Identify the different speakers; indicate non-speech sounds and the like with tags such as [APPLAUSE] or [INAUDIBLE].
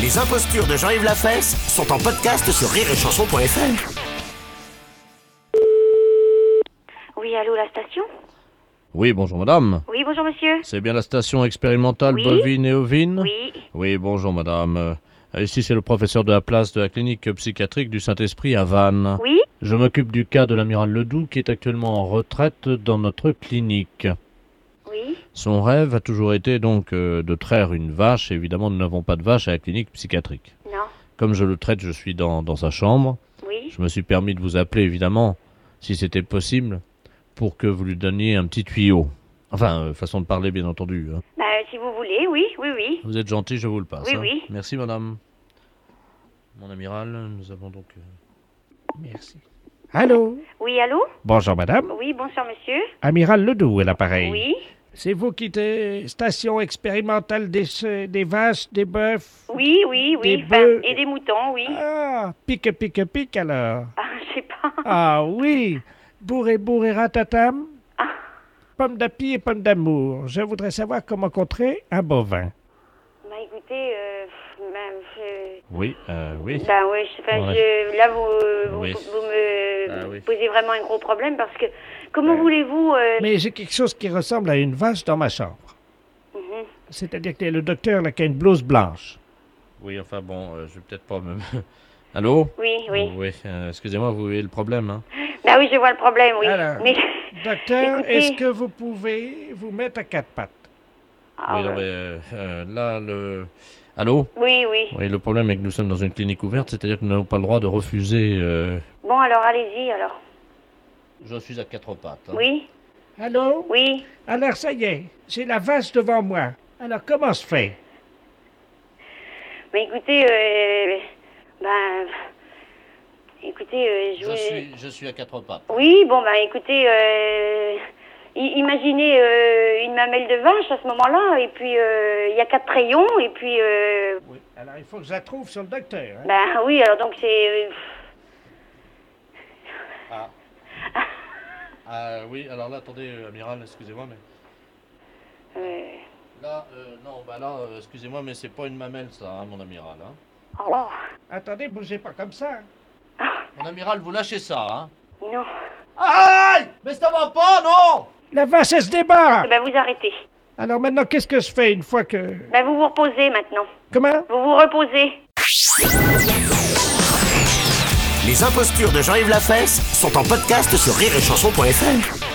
Speaker 1: Les impostures de Jean-Yves Lafesse sont en podcast sur rireetchanson.fr.
Speaker 2: Oui, allô, la station
Speaker 3: Oui, bonjour madame.
Speaker 2: Oui, bonjour, monsieur.
Speaker 3: C'est bien la station expérimentale
Speaker 2: Oui.
Speaker 3: bovine et ovine
Speaker 2: Oui.
Speaker 3: Oui, bonjour madame. Euh, Ici c'est le professeur de la place de la clinique psychiatrique du Saint-Esprit à Vannes.
Speaker 2: Oui
Speaker 3: Je m'occupe du cas de l'amiral Ledoux qui est actuellement en retraite dans notre clinique.
Speaker 2: Oui.
Speaker 3: Son rêve a toujours été donc euh, de traire une vache. Évidemment, nous n'avons pas de vache à la clinique psychiatrique.
Speaker 2: Non.
Speaker 3: Comme je le traite, je suis dans, dans sa chambre.
Speaker 2: Oui.
Speaker 3: Je me suis permis de vous appeler, évidemment, si c'était possible, pour que vous lui donniez un petit tuyau. Enfin, euh, façon de parler, bien entendu. hein.
Speaker 2: Ben, si vous voulez, oui, oui, oui.
Speaker 3: Vous êtes gentil, je vous le passe.
Speaker 2: Oui,
Speaker 3: hein.
Speaker 2: oui.
Speaker 3: Merci, madame. Mon amiral, nous avons donc... euh, Merci.
Speaker 4: Allô
Speaker 2: Oui, allô
Speaker 4: Bonjour madame,
Speaker 2: Oui, bonsoir, monsieur.
Speaker 4: Amiral Ledoux à l'appareil.
Speaker 2: Oui.
Speaker 4: C'est vous qui êtes station expérimentale des, ce- des vaches, des bœufs
Speaker 2: Oui, oui, oui.
Speaker 4: Des
Speaker 2: enfin,
Speaker 4: bœufs.
Speaker 2: et des moutons, oui.
Speaker 4: Ah, pique, pique, pique alors.
Speaker 2: Ah, je sais pas.
Speaker 4: Ah oui, bourré, bourré, ratatam. Pomme d'api et pomme d'amour. Je voudrais savoir comment contrer un bovin.
Speaker 2: Ben, écoutez, euh, ben, je...
Speaker 3: Oui, euh, oui.
Speaker 2: Ben oui, je, enfin,
Speaker 3: Ouais.
Speaker 2: je- là, vous, vous,
Speaker 3: Oui.
Speaker 2: vous me
Speaker 3: Ah oui.
Speaker 2: posez vraiment un gros problème parce que comment voulez-vous... euh,
Speaker 4: Mais j'ai quelque chose qui ressemble à une vache dans ma chambre.
Speaker 2: mhm.
Speaker 4: C'est-à-dire que le docteur là, qui a une blouse blanche.
Speaker 3: Oui, enfin bon, euh, je vais peut-être pas même... [LAUGHS] Allô
Speaker 2: Oui, oui.
Speaker 3: Oui, euh, excusez-moi, vous voyez le problème, hein
Speaker 2: Ben oui, je vois le problème, oui.
Speaker 4: Alors.
Speaker 2: Mais... [LAUGHS]
Speaker 4: Docteur,
Speaker 2: Écoutez.
Speaker 4: est-ce que vous pouvez vous mettre à quatre pattes
Speaker 2: Ah,
Speaker 3: oui, non, mais, euh, euh, là, le... Allô
Speaker 2: oui, oui.
Speaker 3: Oui, le problème est que nous sommes dans une clinique ouverte, c'est-à-dire que nous n'avons pas le droit de refuser... euh,
Speaker 2: Bon, alors allez-y, alors.
Speaker 3: Je suis à quatre pattes. hein.
Speaker 2: Oui,
Speaker 4: Allô
Speaker 2: oui.
Speaker 4: Alors ça y est, j'ai la vache devant moi. Alors comment se fait
Speaker 2: Mais écoutez, euh, ben, écoutez, euh, je,
Speaker 3: Je
Speaker 2: vous-
Speaker 3: suis, je suis à quatre pattes.
Speaker 2: Oui, bon, ben, écoutez, euh, i- imaginez euh, une mamelle de vache à ce moment-là, et puis euh, il y a quatre rayons, et puis, euh,
Speaker 4: Oui, alors il faut que je la trouve sur le docteur. hein.
Speaker 2: ben oui, alors donc c'est, euh, [LAUGHS]
Speaker 3: Ah. Ah, oui, alors là, attendez, euh, amiral, excusez-moi, mais...
Speaker 2: euh,
Speaker 3: Là, euh, non, bah là, euh, excusez-moi, mais c'est pas une mamelle, ça, hein, mon amiral. hein.
Speaker 2: oh là,
Speaker 4: Attendez, bougez pas comme ça.
Speaker 3: Mon amiral, vous lâchez ça, hein
Speaker 2: non,
Speaker 3: Aïe Mais ça va pas, non
Speaker 4: La vache, elle se débarre
Speaker 2: Eh ben vous arrêtez,
Speaker 4: Alors maintenant, qu'est-ce que je fais une fois que...
Speaker 2: ben vous vous reposez maintenant,
Speaker 4: Comment
Speaker 2: vous vous reposez.
Speaker 1: Les impostures de Jean-Yves Lafesse sont en podcast sur rireetchanson.fr.